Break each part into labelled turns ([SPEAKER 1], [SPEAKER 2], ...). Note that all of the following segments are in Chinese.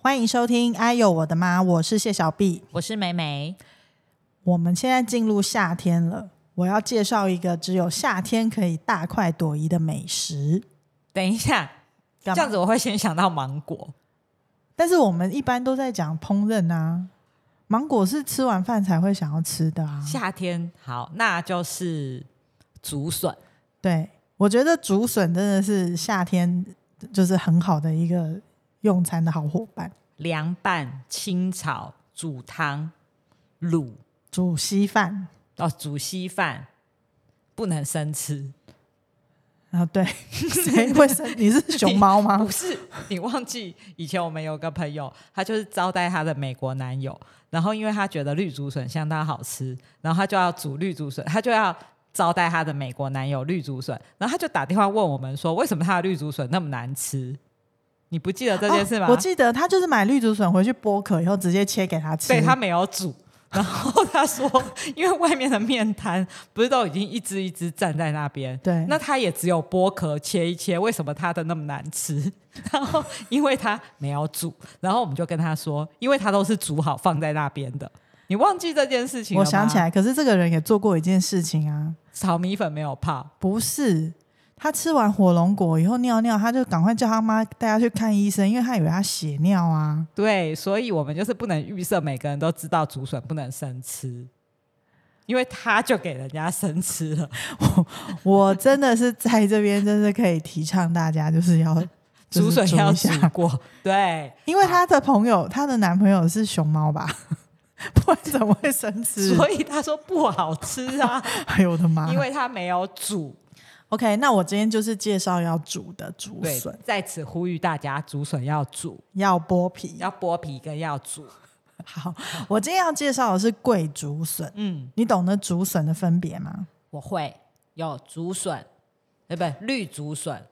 [SPEAKER 1] 欢迎收听《哎呦我的妈》，我是谢小碧。
[SPEAKER 2] 我是梅梅，
[SPEAKER 1] 我们现在进入夏天了，我要介绍一个只有夏天可以大快朵颐的美食。
[SPEAKER 2] 等一下，
[SPEAKER 1] 干嘛
[SPEAKER 2] 这样子我会先想到芒果，
[SPEAKER 1] 但是我们一般都在讲烹饪啊，芒果是吃完饭才会想要吃的啊。
[SPEAKER 2] 夏天好，那就是竹笋，
[SPEAKER 1] 对，我觉得竹笋真的是夏天就是很好的一个用餐的好伙伴。
[SPEAKER 2] 凉拌、清炒、煮汤、卤
[SPEAKER 1] 煮稀饭
[SPEAKER 2] 哦，煮稀饭不能生吃，
[SPEAKER 1] 啊，对， 谁会生？你是熊猫吗
[SPEAKER 2] 不？是你忘记以前我们有个朋友，他就是招待他的美国男友，然后因为他觉得绿竹笋相当好吃，然后他就要煮绿竹笋，他就要招待他的美国男友绿竹笋，然后他就打电话问我们说，为什么他的绿竹笋那么难吃？你不记得 这件事吗？
[SPEAKER 1] 哦我记得他就是买绿竹笋回去剥壳以后直接切给他吃。
[SPEAKER 2] 对他没有煮。 然后他说， 因为外面的面摊不是都已经一只一只站在那边，
[SPEAKER 1] 对
[SPEAKER 2] 那他也只有剥壳切一切，为什么他的那么难吃？ 然后因为他没有煮，然后我们就跟他说，因为他都是煮好放在那边的。你忘记这件事情了
[SPEAKER 1] 我
[SPEAKER 2] 吗
[SPEAKER 1] 想起，来，可是这个人也做过一件事情啊，
[SPEAKER 2] 炒米粉没有泡，
[SPEAKER 1] 不是他吃完火龙果以后尿尿，他就赶快叫他妈带他去看医生，因为他以为他血尿 啊。
[SPEAKER 2] 对，所以我们就是不能预设每个人都知道竹笋不能生吃，因为他就给人家生吃了。
[SPEAKER 1] 我真的是在这边，真是可以提倡大家就是要就是
[SPEAKER 2] 竹笋
[SPEAKER 1] 一
[SPEAKER 2] 要煮
[SPEAKER 1] 下，
[SPEAKER 2] 过，对，
[SPEAKER 1] 因为她的朋友，她的男朋友是熊猫吧， 不然怎么会生吃？
[SPEAKER 2] 所以他说不好吃 啊，
[SPEAKER 1] 哎呦我的妈！
[SPEAKER 2] 因为他没有煮。
[SPEAKER 1] OK，那我今天就是介绍要煮的竹
[SPEAKER 2] 对
[SPEAKER 1] 笋，，
[SPEAKER 2] 在此呼吁大家，竹笋要煮，
[SPEAKER 1] 要剥皮。
[SPEAKER 2] 要剥皮跟要煮。
[SPEAKER 1] 好，我今天要介绍的是贵竹笋，
[SPEAKER 2] 嗯，
[SPEAKER 1] 你懂得竹笋的分别吗？
[SPEAKER 2] 我会有竹笋，对不对？绿竹笋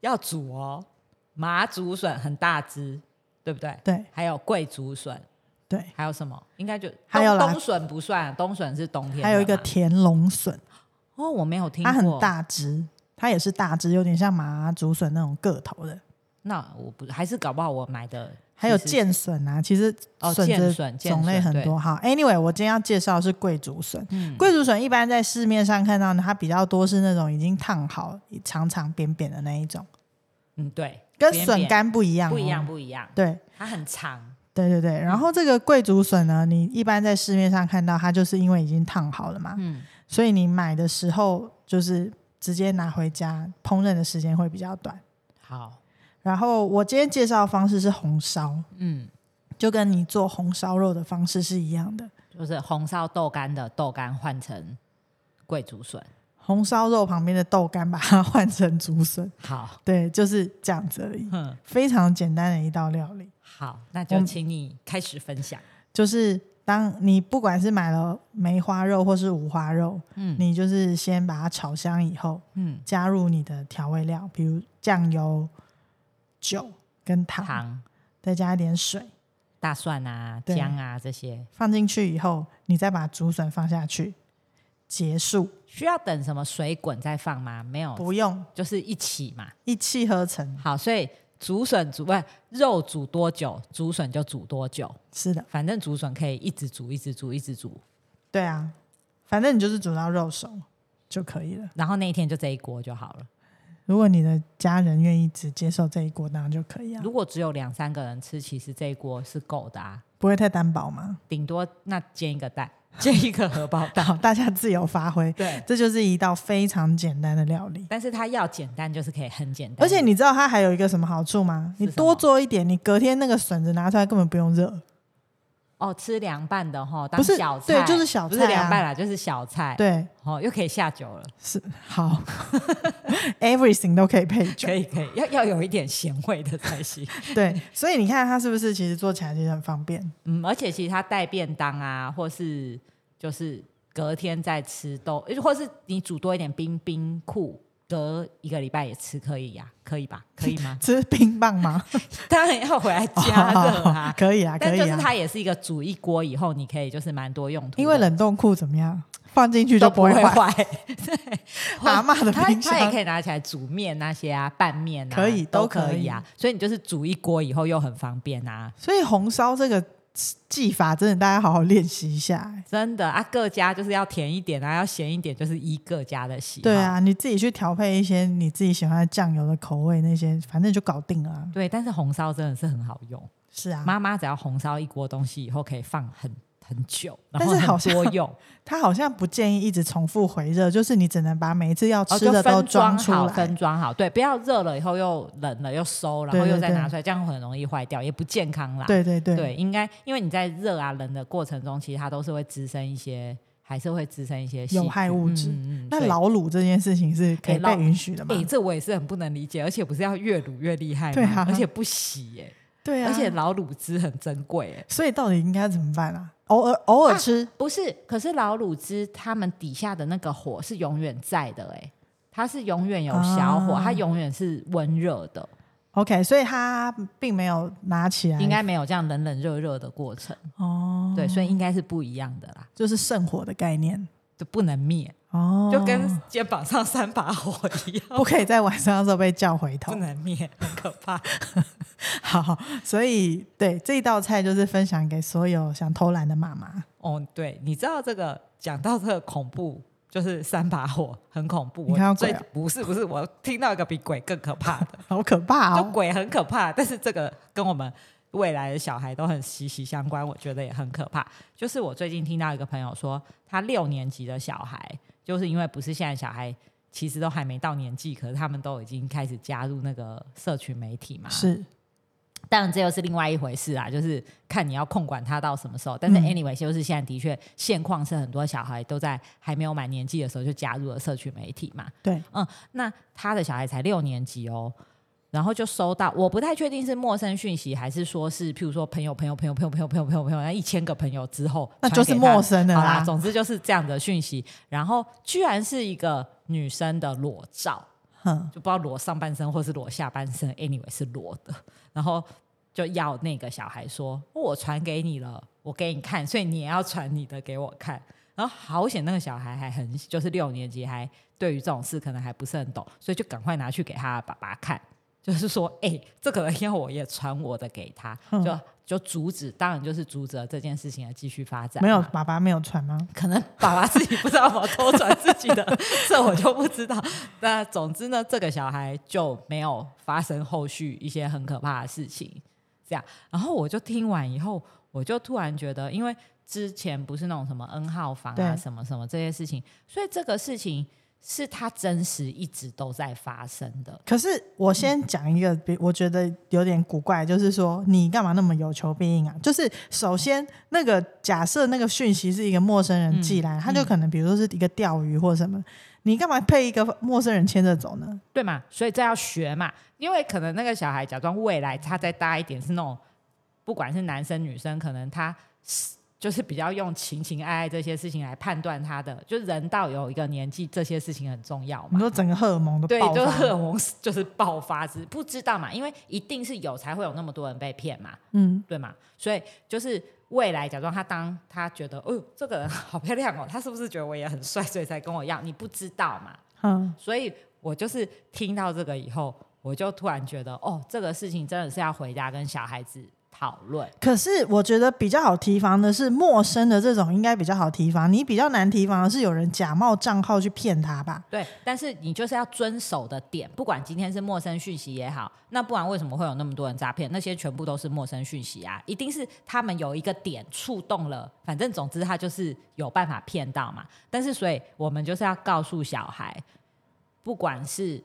[SPEAKER 2] 要煮哦，麻竹笋很大只，对不对？
[SPEAKER 1] 对
[SPEAKER 2] 还有贵竹笋，
[SPEAKER 1] 对，
[SPEAKER 2] 还有什么？应该就
[SPEAKER 1] 还有
[SPEAKER 2] 冬
[SPEAKER 1] 啦
[SPEAKER 2] 冬笋不算，冬笋是冬天的嘛。
[SPEAKER 1] 还有一个田龙笋，
[SPEAKER 2] 哦，我没有听过，
[SPEAKER 1] 它很。大只，它也是大只，有点像麻竹笋那种个头的。
[SPEAKER 2] 那我不还是搞不好我买的
[SPEAKER 1] 还有
[SPEAKER 2] 其实
[SPEAKER 1] 剑笋啊，其实
[SPEAKER 2] 哦
[SPEAKER 1] 笋
[SPEAKER 2] 剑
[SPEAKER 1] 子
[SPEAKER 2] 笋剑
[SPEAKER 1] 种类
[SPEAKER 2] 笋
[SPEAKER 1] 很多。好，Anyway，我今天要介绍的是贵竹笋。
[SPEAKER 2] 嗯
[SPEAKER 1] 贵竹笋一般在市面上看到的，它比较多是那种已经烫好、长长扁扁的那一种，
[SPEAKER 2] 嗯对，
[SPEAKER 1] 跟
[SPEAKER 2] 扁
[SPEAKER 1] 笋
[SPEAKER 2] 扁
[SPEAKER 1] 干不一样、哦
[SPEAKER 2] 不一样。不一样，
[SPEAKER 1] 对
[SPEAKER 2] 它很长。
[SPEAKER 1] 对对
[SPEAKER 2] 嗯
[SPEAKER 1] 对，然后这个贵竹笋呢，你一般在市面上看到，它就是因为已经烫好了嘛，
[SPEAKER 2] 嗯，
[SPEAKER 1] 所以你买的时候就是直接拿回家，烹饪的时间会比较短。
[SPEAKER 2] 好，
[SPEAKER 1] 然后我今天介绍的方式是红烧，
[SPEAKER 2] 嗯，
[SPEAKER 1] 就跟你做红烧肉的方式是一样的。
[SPEAKER 2] 就是红烧豆干的豆干换成贵竹笋。
[SPEAKER 1] 红烧肉旁边的豆干，把它换成竹笋，
[SPEAKER 2] 好，
[SPEAKER 1] 对，就是这样子而已，
[SPEAKER 2] 嗯，
[SPEAKER 1] 非常简单的一道料理。
[SPEAKER 2] 好，那
[SPEAKER 1] 我
[SPEAKER 2] 就
[SPEAKER 1] 们
[SPEAKER 2] 请你开始分享。
[SPEAKER 1] 就是当你不管是买了梅花肉或是五花肉，
[SPEAKER 2] 嗯
[SPEAKER 1] 你就是先把它炒香以后，
[SPEAKER 2] 嗯，
[SPEAKER 1] 加入你的调味料，比如酱油、酒跟糖，
[SPEAKER 2] 糖、
[SPEAKER 1] 再加一点水，
[SPEAKER 2] 啊大蒜啊、
[SPEAKER 1] 对
[SPEAKER 2] 姜啊这些，
[SPEAKER 1] 放进去以后，你再把竹笋放下去，结束，
[SPEAKER 2] 需要等什么水滚再放吗？没有，
[SPEAKER 1] 不用
[SPEAKER 2] 就是一起嘛。
[SPEAKER 1] 一气呵成。
[SPEAKER 2] 好，所以竹笋煮不是肉煮多久，竹笋就煮多久。
[SPEAKER 1] 是的，
[SPEAKER 2] 反正竹笋可以一直煮，一直煮，一直煮，
[SPEAKER 1] 对啊，反正你就是煮到肉熟就可以了。
[SPEAKER 2] 然后那一天就这一锅就好了。
[SPEAKER 1] 如果你的家人愿意只接受这一锅，当然就可以啊，
[SPEAKER 2] 如果只有两三个人吃，其实这一锅是够的啊。
[SPEAKER 1] 不会太单薄 嘛。
[SPEAKER 2] 顶多那煎一个蛋， 煎一个荷包蛋。
[SPEAKER 1] 好，大家自由发挥。
[SPEAKER 2] 对，
[SPEAKER 1] 这就是一道非常简单的料理。
[SPEAKER 2] 但是它要简单，就是可以很简单。
[SPEAKER 1] 而且你知道它还有一个什么好处吗？
[SPEAKER 2] 是
[SPEAKER 1] 你
[SPEAKER 2] 什么
[SPEAKER 1] 多做一点，你隔天那个笋子拿出来根本不用热。
[SPEAKER 2] 哦，吃凉拌的哈，当
[SPEAKER 1] 不是
[SPEAKER 2] 小菜，
[SPEAKER 1] 对就是小菜啊
[SPEAKER 2] 不是凉拌啦，就是小菜。，
[SPEAKER 1] 对，
[SPEAKER 2] 哦，又可以下酒了，
[SPEAKER 1] 是好 ，everything 都可以配酒
[SPEAKER 2] 可。以可以，要要有一点咸味的 才行。
[SPEAKER 1] 对，所以你看它是不是其实做起来其实很方便？？
[SPEAKER 2] 嗯，而且其实它带便当啊，或是就是隔天再吃都，或是你煮多一点冰冰库。隔一个礼拜也吃可以呀、可以吧？可以吗
[SPEAKER 1] 吃冰棒吗？
[SPEAKER 2] 当然要回来加热啊
[SPEAKER 1] ，可以啊，可
[SPEAKER 2] 但
[SPEAKER 1] 以
[SPEAKER 2] 就是
[SPEAKER 1] 啊。
[SPEAKER 2] 它也是一个煮一锅以后，你可以就是蛮多用途的。
[SPEAKER 1] 因为冷冻库怎么样？放进去
[SPEAKER 2] 都
[SPEAKER 1] 就不会坏。
[SPEAKER 2] 坏。 对，
[SPEAKER 1] 阿嬷的
[SPEAKER 2] 它
[SPEAKER 1] 冰
[SPEAKER 2] 它也
[SPEAKER 1] 箱
[SPEAKER 2] 可以拿起来煮面那些啊，拌面啊，
[SPEAKER 1] 可以
[SPEAKER 2] 都
[SPEAKER 1] 都可
[SPEAKER 2] 以啊。所以你就是煮一锅以后又很方便啊，
[SPEAKER 1] 所以红烧这个技法，真的大家好好练习一下、欸
[SPEAKER 2] 真的啊。各家就是要甜一点啊，要咸一点，就是依各家的喜好。
[SPEAKER 1] 对，啊，你自己去调配一些你自己喜欢的酱油的口味，那些反正就搞定了啊。
[SPEAKER 2] 对。但是红烧真的是很好用，
[SPEAKER 1] 是啊，
[SPEAKER 2] 妈妈只要红烧一锅东西以后可以放很很久，然
[SPEAKER 1] 但
[SPEAKER 2] 后
[SPEAKER 1] 是好
[SPEAKER 2] 很
[SPEAKER 1] 像
[SPEAKER 2] 多 用，
[SPEAKER 1] 他好像不建议一直重复回热，就是你只能把每一次要
[SPEAKER 2] 哦，
[SPEAKER 1] 吃
[SPEAKER 2] 就
[SPEAKER 1] 的都
[SPEAKER 2] 分装
[SPEAKER 1] 装出
[SPEAKER 2] 好，
[SPEAKER 1] 来。
[SPEAKER 2] 分装好，对，不要热了以后又冷了又收，然
[SPEAKER 1] 对
[SPEAKER 2] 后
[SPEAKER 1] 对
[SPEAKER 2] 又再
[SPEAKER 1] 对
[SPEAKER 2] 拿出来，这样很容易坏掉，也不健康啦。
[SPEAKER 1] 对对对，
[SPEAKER 2] 对，应该因为你在热啊冷的过程中，其实它都是会滋生一些，还是会滋生一些细
[SPEAKER 1] 有害
[SPEAKER 2] 菌
[SPEAKER 1] 物质
[SPEAKER 2] 嗯嗯嗯
[SPEAKER 1] 那
[SPEAKER 2] 对
[SPEAKER 1] 老卤这件事情是可
[SPEAKER 2] 哎
[SPEAKER 1] 以
[SPEAKER 2] 老
[SPEAKER 1] 被允许的吗
[SPEAKER 2] 哎、？这我也是很不能理解，而且不是要越卤越厉害吗？
[SPEAKER 1] 对啊
[SPEAKER 2] 而且不洗耶、
[SPEAKER 1] 对啊，
[SPEAKER 2] 而且老卤汁很珍贵耶、
[SPEAKER 1] 所以到底应该怎么办啊？偶尔偶尔
[SPEAKER 2] 啊
[SPEAKER 1] 吃，
[SPEAKER 2] 不是，可是老卤汁他们底下的那个火是永远在的哎、它是永远有小火，
[SPEAKER 1] 啊
[SPEAKER 2] 它永远是温热的，
[SPEAKER 1] OK，所以他并没有拿起来，
[SPEAKER 2] 应该没有这样冷冷热热的过程。
[SPEAKER 1] 哦，
[SPEAKER 2] 对，所以应该是不一样的啦，
[SPEAKER 1] 就是圣火的概念
[SPEAKER 2] 就不能灭，
[SPEAKER 1] 哦，
[SPEAKER 2] 就跟肩膀上三把火一样，
[SPEAKER 1] 不可以在晚上的时候被叫回
[SPEAKER 2] 不
[SPEAKER 1] 头。
[SPEAKER 2] 能灭，很可怕。
[SPEAKER 1] 好，所以对这一道菜就是分享给所有想偷懒的妈妈。
[SPEAKER 2] 哦，对，你知道这个讲到这个恐怖，就是三把火很恐怖。
[SPEAKER 1] 你看到
[SPEAKER 2] 我最
[SPEAKER 1] 鬼啊
[SPEAKER 2] 不是不是，我听到一个比鬼更可怕的，
[SPEAKER 1] 好可怕
[SPEAKER 2] 就
[SPEAKER 1] 哦！
[SPEAKER 2] 鬼很可怕，但是这个跟我们未来的小孩都很息息相关，我觉得也很可怕。就是我最近听到一个朋友说，他六年级的小孩，就是因为不是现在小孩其实都还没到年纪，可是他们都已经开始加入那个社群媒体嘛，
[SPEAKER 1] 是
[SPEAKER 2] 当然这又是另外一回事啊，就是看你要控管他到什么时候。但是
[SPEAKER 1] 嗯
[SPEAKER 2] anyway，就是现在的确现况是很多小孩都在还没有满年纪的时候就加入了社群媒体嘛。
[SPEAKER 1] 对，
[SPEAKER 2] 嗯，那他的小孩才六年级哦，然后就收到，我不太确定是陌生讯息，还是说是譬如说朋友朋友朋友朋友朋友朋友朋友朋友那一千个朋友之后，
[SPEAKER 1] 那就是陌生的啊
[SPEAKER 2] 好
[SPEAKER 1] 啦
[SPEAKER 2] 啦。。总之就是这样的讯息，然后居然是一个女生的裸照。
[SPEAKER 1] 哼，
[SPEAKER 2] 就不知道裸上半身或是裸下半身，anyway 是裸的，然后就要那个小孩说：“哦我传给你了，我给你看，所以你也要传你的给我看。”然后好险，那个小孩还很就是六年级，还对于这种事可能还不是很懂，所以就赶快拿去给他爸爸看，就是说：“哎、这个人要我也传我的给他。
[SPEAKER 1] 嗯
[SPEAKER 2] 就就阻止，当然就是阻止了这件事情的继续发展嘛。
[SPEAKER 1] 没有爸爸没有传吗？
[SPEAKER 2] 可能爸爸自己不知道怎么偷转自己的， 这我就不知道。那总之呢，这个小孩就没有发生后续一些很可怕的事情。这样，然后我就听完以后，我就突然觉得，因为之前不是那种什么 N 号房啊、
[SPEAKER 1] 对
[SPEAKER 2] 什么什么这些事情，所以这个事情是他真实一直都在发生的。
[SPEAKER 1] 可是我先讲一个，比我觉得有点古怪，就是说你干嘛那么有求必应啊？就是首先那个假设那个讯息是一个陌生人寄
[SPEAKER 2] 嗯
[SPEAKER 1] 来，他就可能比如说是一个钓鱼或什么，你干嘛配一个陌生人牵着走呢？
[SPEAKER 2] 对嘛？所以这要学嘛，因为可能那个小孩假装未来他再大一点是那种，不管是男生女生，可能他是就是比较用情情爱爱这些事情来判断他的，就人到有一个年纪，这些事情很重要
[SPEAKER 1] 你
[SPEAKER 2] 嘛。
[SPEAKER 1] 说整个荷尔蒙
[SPEAKER 2] 对
[SPEAKER 1] 的，爆
[SPEAKER 2] 就是荷
[SPEAKER 1] 发，
[SPEAKER 2] 尔蒙 就是爆发之，不知道嘛，因为一定是有才会有那么多人被骗嘛。
[SPEAKER 1] 嗯，
[SPEAKER 2] 对嘛？所以就是未来假装他当他觉得，哦呦，这个人好漂亮哦，他是不是觉得我也很帅，所以才跟我要？你不知道嘛？
[SPEAKER 1] 嗯，
[SPEAKER 2] 所以我就是听到这个以后，我就突然觉得，哦，这个事情真的是要回家跟小孩子讨论。
[SPEAKER 1] 可是我觉得比较好提防的是陌生的这种，应该比较好提防。你比较难提防的是有人假冒账号去骗他吧？
[SPEAKER 2] 对，但是你就是要遵守的点，不管今天是陌生讯息也好，那不然为什么会有那么多人诈骗？那些全部都是陌生讯息啊，一定是他们有一个点触动了，反正总之他就是有办法骗到嘛。但是所以我们就是要告诉小孩，不管是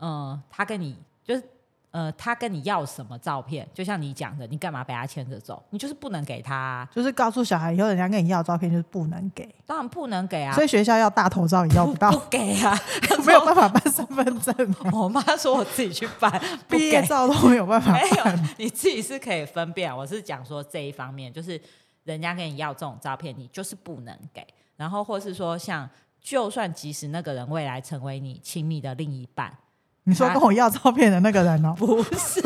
[SPEAKER 2] 嗯、呃他跟你就是。呃，他跟你要什么照片？就像你讲的，你干嘛被他牵着走？你就是不能给他、啊，
[SPEAKER 1] 就是告诉小孩以后，人家跟你要照片就是不能给，
[SPEAKER 2] 当然不能给啊，
[SPEAKER 1] 所以学校要大头照也要不到
[SPEAKER 2] 不，给 啊，
[SPEAKER 1] 没有办法办身份证啊、
[SPEAKER 2] 我妈说我自己去 办， 不
[SPEAKER 1] 毕业
[SPEAKER 2] 给。
[SPEAKER 1] 照都没有办法
[SPEAKER 2] 没有，你自己是可以分辨。啊我是讲说这一方面，就是人家跟你要这种照片，你就是不能给。然后或是说像，就算即使那个人未来成为你亲密的另一半，
[SPEAKER 1] 你说跟我要照片的那个人哦、
[SPEAKER 2] 不是，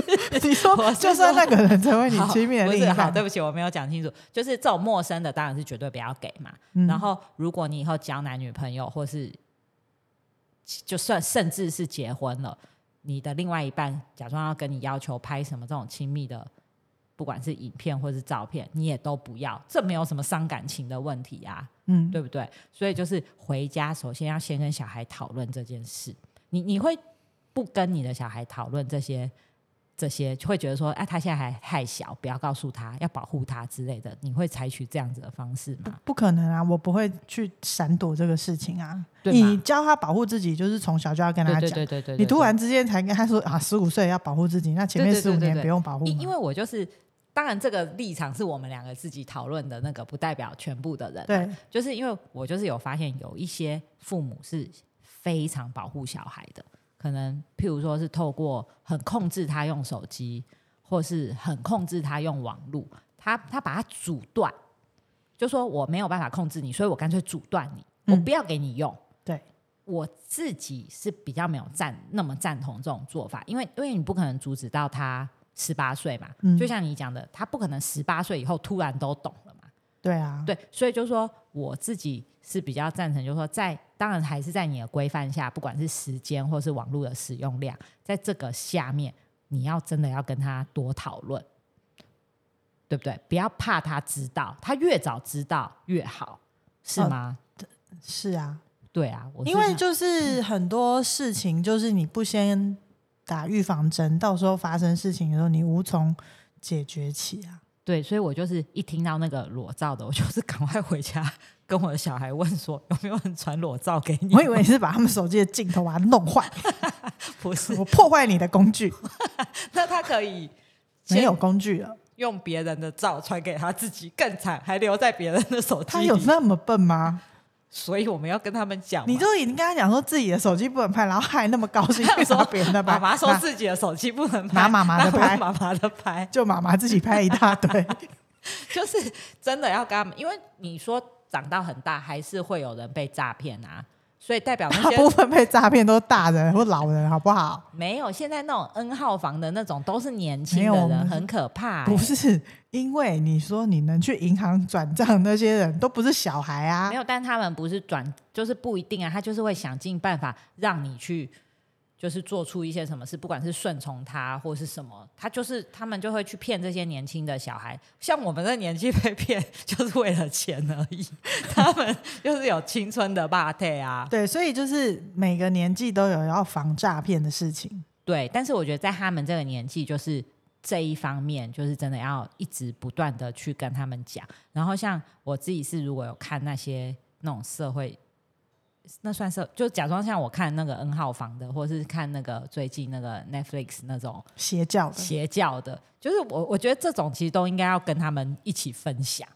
[SPEAKER 1] 你说
[SPEAKER 2] 我是
[SPEAKER 1] 就算那个人成为你
[SPEAKER 2] 好
[SPEAKER 1] 亲密的
[SPEAKER 2] 不
[SPEAKER 1] 另
[SPEAKER 2] 是
[SPEAKER 1] 一
[SPEAKER 2] 好，
[SPEAKER 1] 半，
[SPEAKER 2] 对不起，我没有讲清楚。就是这种陌生的，当然是绝对不要给嘛。
[SPEAKER 1] 嗯
[SPEAKER 2] 然后，如果你以后交男女朋友，或是就算甚至是结婚了，你的另外一半假装要跟你要求拍什么这种亲密的，不管是影片或是照片，你也都不要，这没有什么伤感情的问题啊，
[SPEAKER 1] 嗯，
[SPEAKER 2] 对不对？所以就是回家首先要先跟小孩讨论这件事。你你会不跟你的小孩讨论这些？这些会觉得说，啊，他现在还太小，不要告诉他，要保护他之类的，你会采取这样子的方式吗？
[SPEAKER 1] 不可能啊，我不会去闪躲这个事情啊。
[SPEAKER 2] 对嘛
[SPEAKER 1] 你教他保护自己，就是从小就要跟
[SPEAKER 2] 对
[SPEAKER 1] 他
[SPEAKER 2] 对
[SPEAKER 1] 讲。
[SPEAKER 2] 对对对，
[SPEAKER 1] 你突
[SPEAKER 2] 对
[SPEAKER 1] 然之间才跟他说啊，十五岁要保护自己，那前面
[SPEAKER 2] 对
[SPEAKER 1] 十
[SPEAKER 2] 对
[SPEAKER 1] 五
[SPEAKER 2] 对
[SPEAKER 1] 年
[SPEAKER 2] 对对
[SPEAKER 1] 不用保护吗
[SPEAKER 2] 因因为我就是，当然这个立场是我们两个自己讨论的那个，不代表全部的人、啊
[SPEAKER 1] 对，
[SPEAKER 2] 就是因为我就是有发现有一些父母是非常保护小孩的，可能譬如说是透过很控制他用手机，或是很控制他用网络，他他把他阻断，就说我没有办法控制你，所以我干脆阻断你，
[SPEAKER 1] 嗯
[SPEAKER 2] 我不要给你用。
[SPEAKER 1] 对，
[SPEAKER 2] 我自己是比较没有赞那么赞同这种做法，因为因为你不可能阻止到他十八岁嘛，
[SPEAKER 1] 嗯
[SPEAKER 2] 就像你讲的，他不可能十八岁以后突然都懂了嘛。
[SPEAKER 1] 对啊，
[SPEAKER 2] 对，所以就是说我自己是比较赞成，就是说在当然还是在你的规范下，不管是时间或是网络的使用量，在这个下面，你要真的要跟他多讨论，对不对？不要怕他知道，他越早知道越好，是
[SPEAKER 1] 哦
[SPEAKER 2] 吗？
[SPEAKER 1] 是啊，
[SPEAKER 2] 对啊，我是
[SPEAKER 1] 因为
[SPEAKER 2] 想嗯
[SPEAKER 1] 就是很多事情，就是你不先打预防针，到时候发生事情的时候，你无从解决起 啊。
[SPEAKER 2] 对，所以我就是一听到那个裸照的，我就是赶快回家跟我的小孩问说有没有人传裸照给你？
[SPEAKER 1] 我以为你是把他们手机的镜头把它 弄坏，
[SPEAKER 2] 不是，
[SPEAKER 1] 我破坏你的工具，
[SPEAKER 2] 那他可以
[SPEAKER 1] 没
[SPEAKER 2] 先
[SPEAKER 1] 有工具了。
[SPEAKER 2] 用别人的照传给他自己，更惨，还留在别人的手机
[SPEAKER 1] 他
[SPEAKER 2] 里。
[SPEAKER 1] 有那么笨吗？
[SPEAKER 2] 所以我们要跟他们讲嘛，
[SPEAKER 1] 你就已经跟他讲说自己的手机不能拍，然后还那么高兴
[SPEAKER 2] 他
[SPEAKER 1] 去
[SPEAKER 2] 说
[SPEAKER 1] 拿别人的拍，
[SPEAKER 2] 妈妈说
[SPEAKER 1] 拿
[SPEAKER 2] 自己的手机不能拍，
[SPEAKER 1] 拿妈妈的
[SPEAKER 2] 那我要
[SPEAKER 1] 拍
[SPEAKER 2] 妈妈的拍，
[SPEAKER 1] 就妈妈自己拍一大 堆。
[SPEAKER 2] 就是真的要跟他们，因为你说长到很大还是会有人被诈骗啊，所以代表
[SPEAKER 1] 大
[SPEAKER 2] 那些
[SPEAKER 1] 部分被诈骗都是大人或老人，好不 好？
[SPEAKER 2] 没有现在那种 N 号房的那种都是年轻
[SPEAKER 1] 没有我
[SPEAKER 2] 的
[SPEAKER 1] 们
[SPEAKER 2] 人，
[SPEAKER 1] 是
[SPEAKER 2] 很可怕、
[SPEAKER 1] 不是，因为你说你能去银行转账，那些人都不是小孩啊
[SPEAKER 2] 没。有，但他们不是转，就是不一定啊，他就是会想尽办法让你去，就是做出一些什么事，不管是顺从他或是什么，他就是他们就会去骗这些年轻的小孩，像我们这年纪被骗， 就是为了钱而已，他们就是有青春的霸退啊，
[SPEAKER 1] 对，所以就是每个年纪都有要防诈骗的事情。
[SPEAKER 2] 对，但是我觉得在他们这个年纪，就是这一方面，就是真的要一直不断的去跟他们讲。然后像我自己是，如果有看那些那种社会，那算社，就假装像我看那个 N 号房的，或是看那个最近那个 Netflix 那种
[SPEAKER 1] 邪教的，
[SPEAKER 2] 邪教的，就是我我觉得这种其实都应该要跟他们一起分享。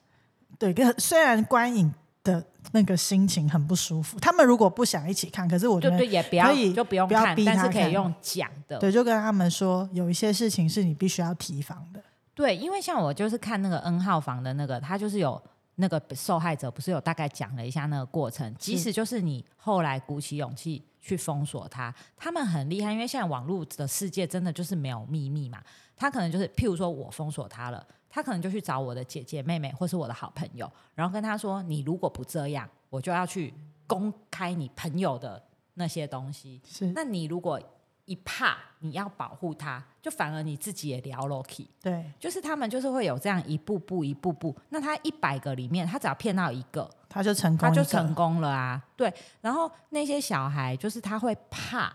[SPEAKER 1] 对，跟虽然观影的那个心情很不舒服，他们如果不想一起看，可是我觉
[SPEAKER 2] 就
[SPEAKER 1] 得
[SPEAKER 2] 对，也不要
[SPEAKER 1] 可以
[SPEAKER 2] 就不用
[SPEAKER 1] 不要
[SPEAKER 2] 看，
[SPEAKER 1] 逼
[SPEAKER 2] 但
[SPEAKER 1] 他
[SPEAKER 2] 是可
[SPEAKER 1] 看
[SPEAKER 2] 以用讲的。
[SPEAKER 1] 对，就跟他们说，有一些事情是你必须要提防的。
[SPEAKER 2] 对，因为像我就是看那个 N 号房的那个，他就是有那个受害者，不是有大概讲了一下那个过程。即
[SPEAKER 1] 是
[SPEAKER 2] 使就是你后来鼓起勇气去封锁他，他们很厉害，因为现在网络的世界真的就是没有秘密嘛。他可能就是，譬如说我封锁他了，他可能就去找我的姐姐、妹妹或是我的好朋友，然后跟他说：“你如果不这样，我就要去公开你朋友的那些东西。”
[SPEAKER 1] 是
[SPEAKER 2] 那你如果一怕，你要保护他，就反而你自己也聊 Loki。
[SPEAKER 1] 对
[SPEAKER 2] 就是他们就是会有这样一步步一步步，那他一百个里面，他只要骗到一个，
[SPEAKER 1] 他就成功
[SPEAKER 2] 他
[SPEAKER 1] 一个，
[SPEAKER 2] 就成功了啊。对，然后那些小孩就是他会怕，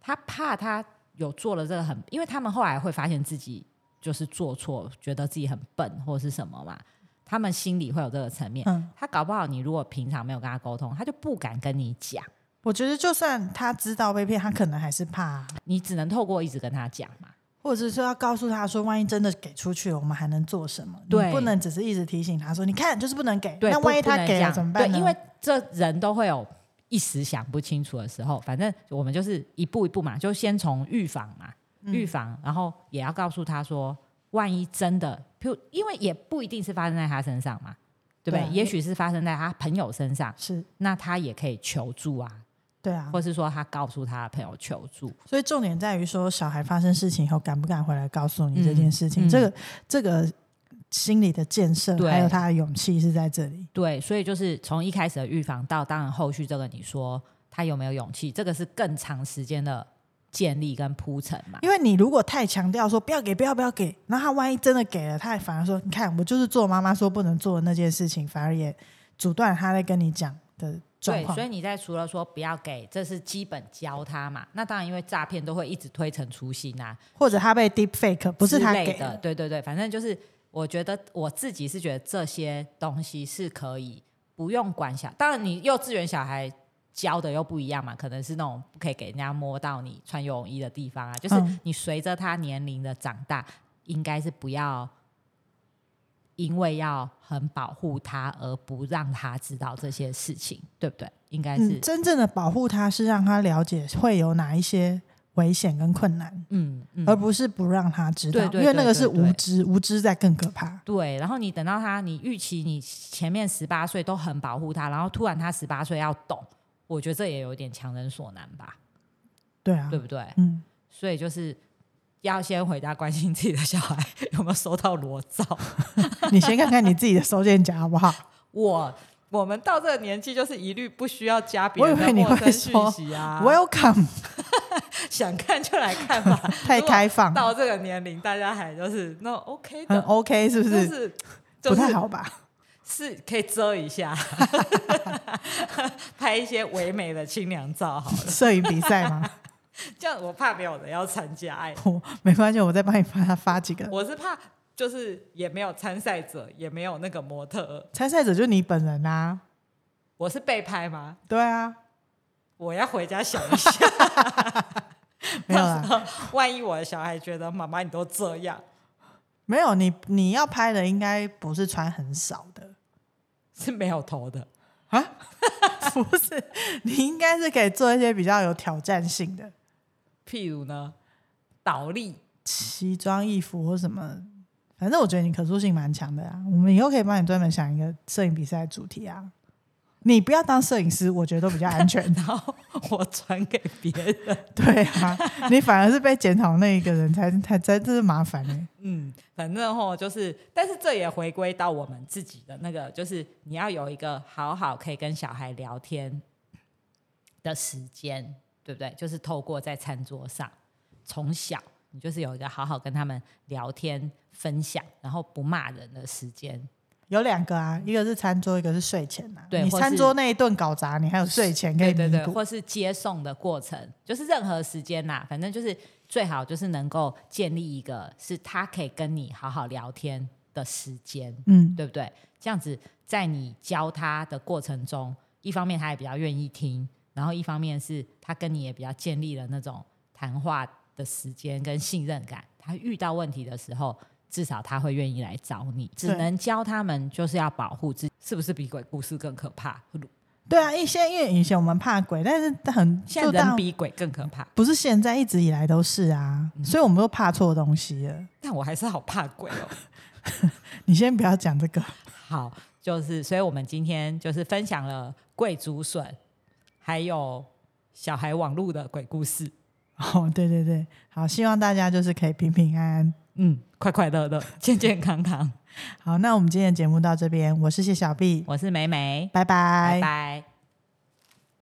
[SPEAKER 2] 他怕他有做了这个很，因为他们后来会发现自己就是做错，觉得自己很笨或是什么嘛，他们心里会有这个层面。
[SPEAKER 1] 嗯，
[SPEAKER 2] 他搞不好你如果平常没有跟他沟通，他就不敢跟你讲，
[SPEAKER 1] 我觉得就算他知道被骗，他可能还是怕、啊，
[SPEAKER 2] 你只能透过一直跟他讲嘛。
[SPEAKER 1] 或者是说要告诉他说，万一真的给出去了，我们还能做什么？你
[SPEAKER 2] 对
[SPEAKER 1] 不能只是一直提醒他说，你看就是不能给。
[SPEAKER 2] 对，
[SPEAKER 1] 那
[SPEAKER 2] 不
[SPEAKER 1] 万一
[SPEAKER 2] 不
[SPEAKER 1] 他
[SPEAKER 2] 能
[SPEAKER 1] 给了
[SPEAKER 2] 讲
[SPEAKER 1] 怎么办呢？
[SPEAKER 2] 对，因为这人都会有一时想不清楚的时候，反正我们就是一步一步嘛，就先从预防嘛，
[SPEAKER 1] 嗯
[SPEAKER 2] 预防，然后也要告诉他说，万一真的，譬如因为也不一定是发生在他身上嘛，对不
[SPEAKER 1] 对
[SPEAKER 2] 对？
[SPEAKER 1] 啊
[SPEAKER 2] 也许是发生在他朋友身上，
[SPEAKER 1] 是
[SPEAKER 2] 那他也可以求助啊。
[SPEAKER 1] 对啊，
[SPEAKER 2] 或是说她告诉她的朋友求助。
[SPEAKER 1] 所以重点在于说，小孩发生事情以后敢不敢回来告诉你这件事情，
[SPEAKER 2] 嗯嗯
[SPEAKER 1] 这个这个心理的建设，
[SPEAKER 2] 对
[SPEAKER 1] 还有他的勇气是在这里。
[SPEAKER 2] 对，所以就是从一开始的预防到当然后续这个你说她有没有勇气，这个是更长时间的建立跟铺陈嘛。
[SPEAKER 1] 因为你如果太强调说不要给，不要不要给，那他万一真的给了，他也反而说，你看我就是做妈妈说不能做的那件事情，反而也阻断了他在跟你讲的状
[SPEAKER 2] 对，
[SPEAKER 1] 况
[SPEAKER 2] 所。以你在除了说不要给，这是基本教他嘛。那当然，因为诈骗都会一直推陈出新啊，
[SPEAKER 1] 或者他被 deep fake，不是
[SPEAKER 2] 之
[SPEAKER 1] 他
[SPEAKER 2] 类
[SPEAKER 1] 给嗯
[SPEAKER 2] 的，，对对对，反正就是我觉得我自己是觉得这些东西是可以不用管小，当然你幼稚园小孩教的又不一样嘛，可能是那种不可以给人家摸到你穿游泳衣的地方啊，就是
[SPEAKER 1] 嗯
[SPEAKER 2] 你随着他年龄的长大，应该是不要。因为要很保护他，而不让他知道这些事情，对不对？应该是
[SPEAKER 1] 嗯，真正的保护他是让他了解会有哪一些危险跟困难，
[SPEAKER 2] 嗯嗯，
[SPEAKER 1] 而不是不让他知道，
[SPEAKER 2] 对对
[SPEAKER 1] 因为那个
[SPEAKER 2] 对
[SPEAKER 1] 是
[SPEAKER 2] 对对
[SPEAKER 1] 无知，无知在更可怕。
[SPEAKER 2] 对，然后你等到他，你预期你前面十八岁都很保护他，然后突然他十八岁要懂，我觉得这也有点强人所难吧，
[SPEAKER 1] 对啊，
[SPEAKER 2] 对不对？
[SPEAKER 1] 嗯，
[SPEAKER 2] 所以就是要先回家关心自己的小孩 有没有收到裸照。
[SPEAKER 1] 你先看看你自己的收件夹好不好？
[SPEAKER 2] 我我们到这个年纪，就是一律不需要加别
[SPEAKER 1] 我以
[SPEAKER 2] 人的
[SPEAKER 1] 为你
[SPEAKER 2] 陌
[SPEAKER 1] 会
[SPEAKER 2] 生讯
[SPEAKER 1] 说
[SPEAKER 2] 息啊，
[SPEAKER 1] Welcome，
[SPEAKER 2] 想看就来看吧。
[SPEAKER 1] 太开放，
[SPEAKER 2] 到这个年龄，大家还就是那 OK
[SPEAKER 1] 很
[SPEAKER 2] 的，
[SPEAKER 1] OK，是不？
[SPEAKER 2] 就是是
[SPEAKER 1] 不
[SPEAKER 2] 就是
[SPEAKER 1] 太好 吧？
[SPEAKER 2] 是可以遮一下， 拍一些唯美的清凉照好了。
[SPEAKER 1] 摄影比赛吗？
[SPEAKER 2] 这样我怕没有人要参加、哎，
[SPEAKER 1] 我没关系，我再帮你发发几个。
[SPEAKER 2] 我是怕就是也没有参赛者，也没有那个模特儿，
[SPEAKER 1] 参赛者就是你本人啊，
[SPEAKER 2] 我是被拍吗？
[SPEAKER 1] 对啊，
[SPEAKER 2] 我要回家想一下，
[SPEAKER 1] 没有啊
[SPEAKER 2] 到时
[SPEAKER 1] 啦，
[SPEAKER 2] 候万一我的小孩觉得妈妈你都这样，
[SPEAKER 1] 没有你你要拍的应该不是穿很少的
[SPEAKER 2] 是没有头的。
[SPEAKER 1] 啊，不是，你应该是可以做一些比较有挑战性的
[SPEAKER 2] 譬如呢，倒立，
[SPEAKER 1] 奇装异服或什么。反正我觉得你可塑性蛮强的啊，我们以后可以帮你专门想一个摄影比赛的主题啊。你不要当摄影师，我觉得都比较安 全。
[SPEAKER 2] 然后我传给别人。
[SPEAKER 1] 对啊，你反而是被检讨那一个人才才才真是麻烦呢、欸
[SPEAKER 2] 嗯，反正吼就是，但是这也回归到我们自己的那个，就是你要有一个好好可以跟小孩聊天的时间，对不对？就是透过在餐桌上，从小你就是有一个好好跟他们聊天、分享，然后不骂人的时间。
[SPEAKER 1] 有两个啊，一个是餐桌，一个是睡前啊。
[SPEAKER 2] 对
[SPEAKER 1] 你
[SPEAKER 2] 或
[SPEAKER 1] 餐
[SPEAKER 2] 是
[SPEAKER 1] 桌那一顿搞砸，你还有睡前可以
[SPEAKER 2] 对
[SPEAKER 1] 弥补。
[SPEAKER 2] 对对，或是接送的过程，就是任何时间啦，反正就是最好就是能够建立一个是他可以跟你好好聊天的时间。
[SPEAKER 1] 嗯，
[SPEAKER 2] 对不对？这样子，在你教他的过程中，一方面他也比较愿意听，然后一方面是他跟你也比较建立了那种谈话的时间跟信任感。他遇到问题的时候，至少他会愿意来找你。只
[SPEAKER 1] 对
[SPEAKER 2] 能教他们就是要保护自己，是不是比鬼故事更可怕？
[SPEAKER 1] 对啊，一些因为以前我们怕鬼，但是很
[SPEAKER 2] 现
[SPEAKER 1] 就
[SPEAKER 2] 在人
[SPEAKER 1] 当
[SPEAKER 2] 比鬼更可怕，
[SPEAKER 1] 不是现在，一直以来都是啊，
[SPEAKER 2] 嗯
[SPEAKER 1] 所以我们都怕错东西了。
[SPEAKER 2] 但我还是好怕鬼哦。
[SPEAKER 1] 你先不要讲这个，
[SPEAKER 2] 好，就是，所以我们今天就是分享了贵竹笋，还有小孩网路的鬼故事。
[SPEAKER 1] 哦，对对对，好，希望大家就是可以平平安安。
[SPEAKER 2] 嗯，快快乐乐，健健康康。
[SPEAKER 1] 好，那我们今天的节目到这边，我是谢小碧，
[SPEAKER 2] 我是美美，
[SPEAKER 1] 拜拜
[SPEAKER 2] 拜拜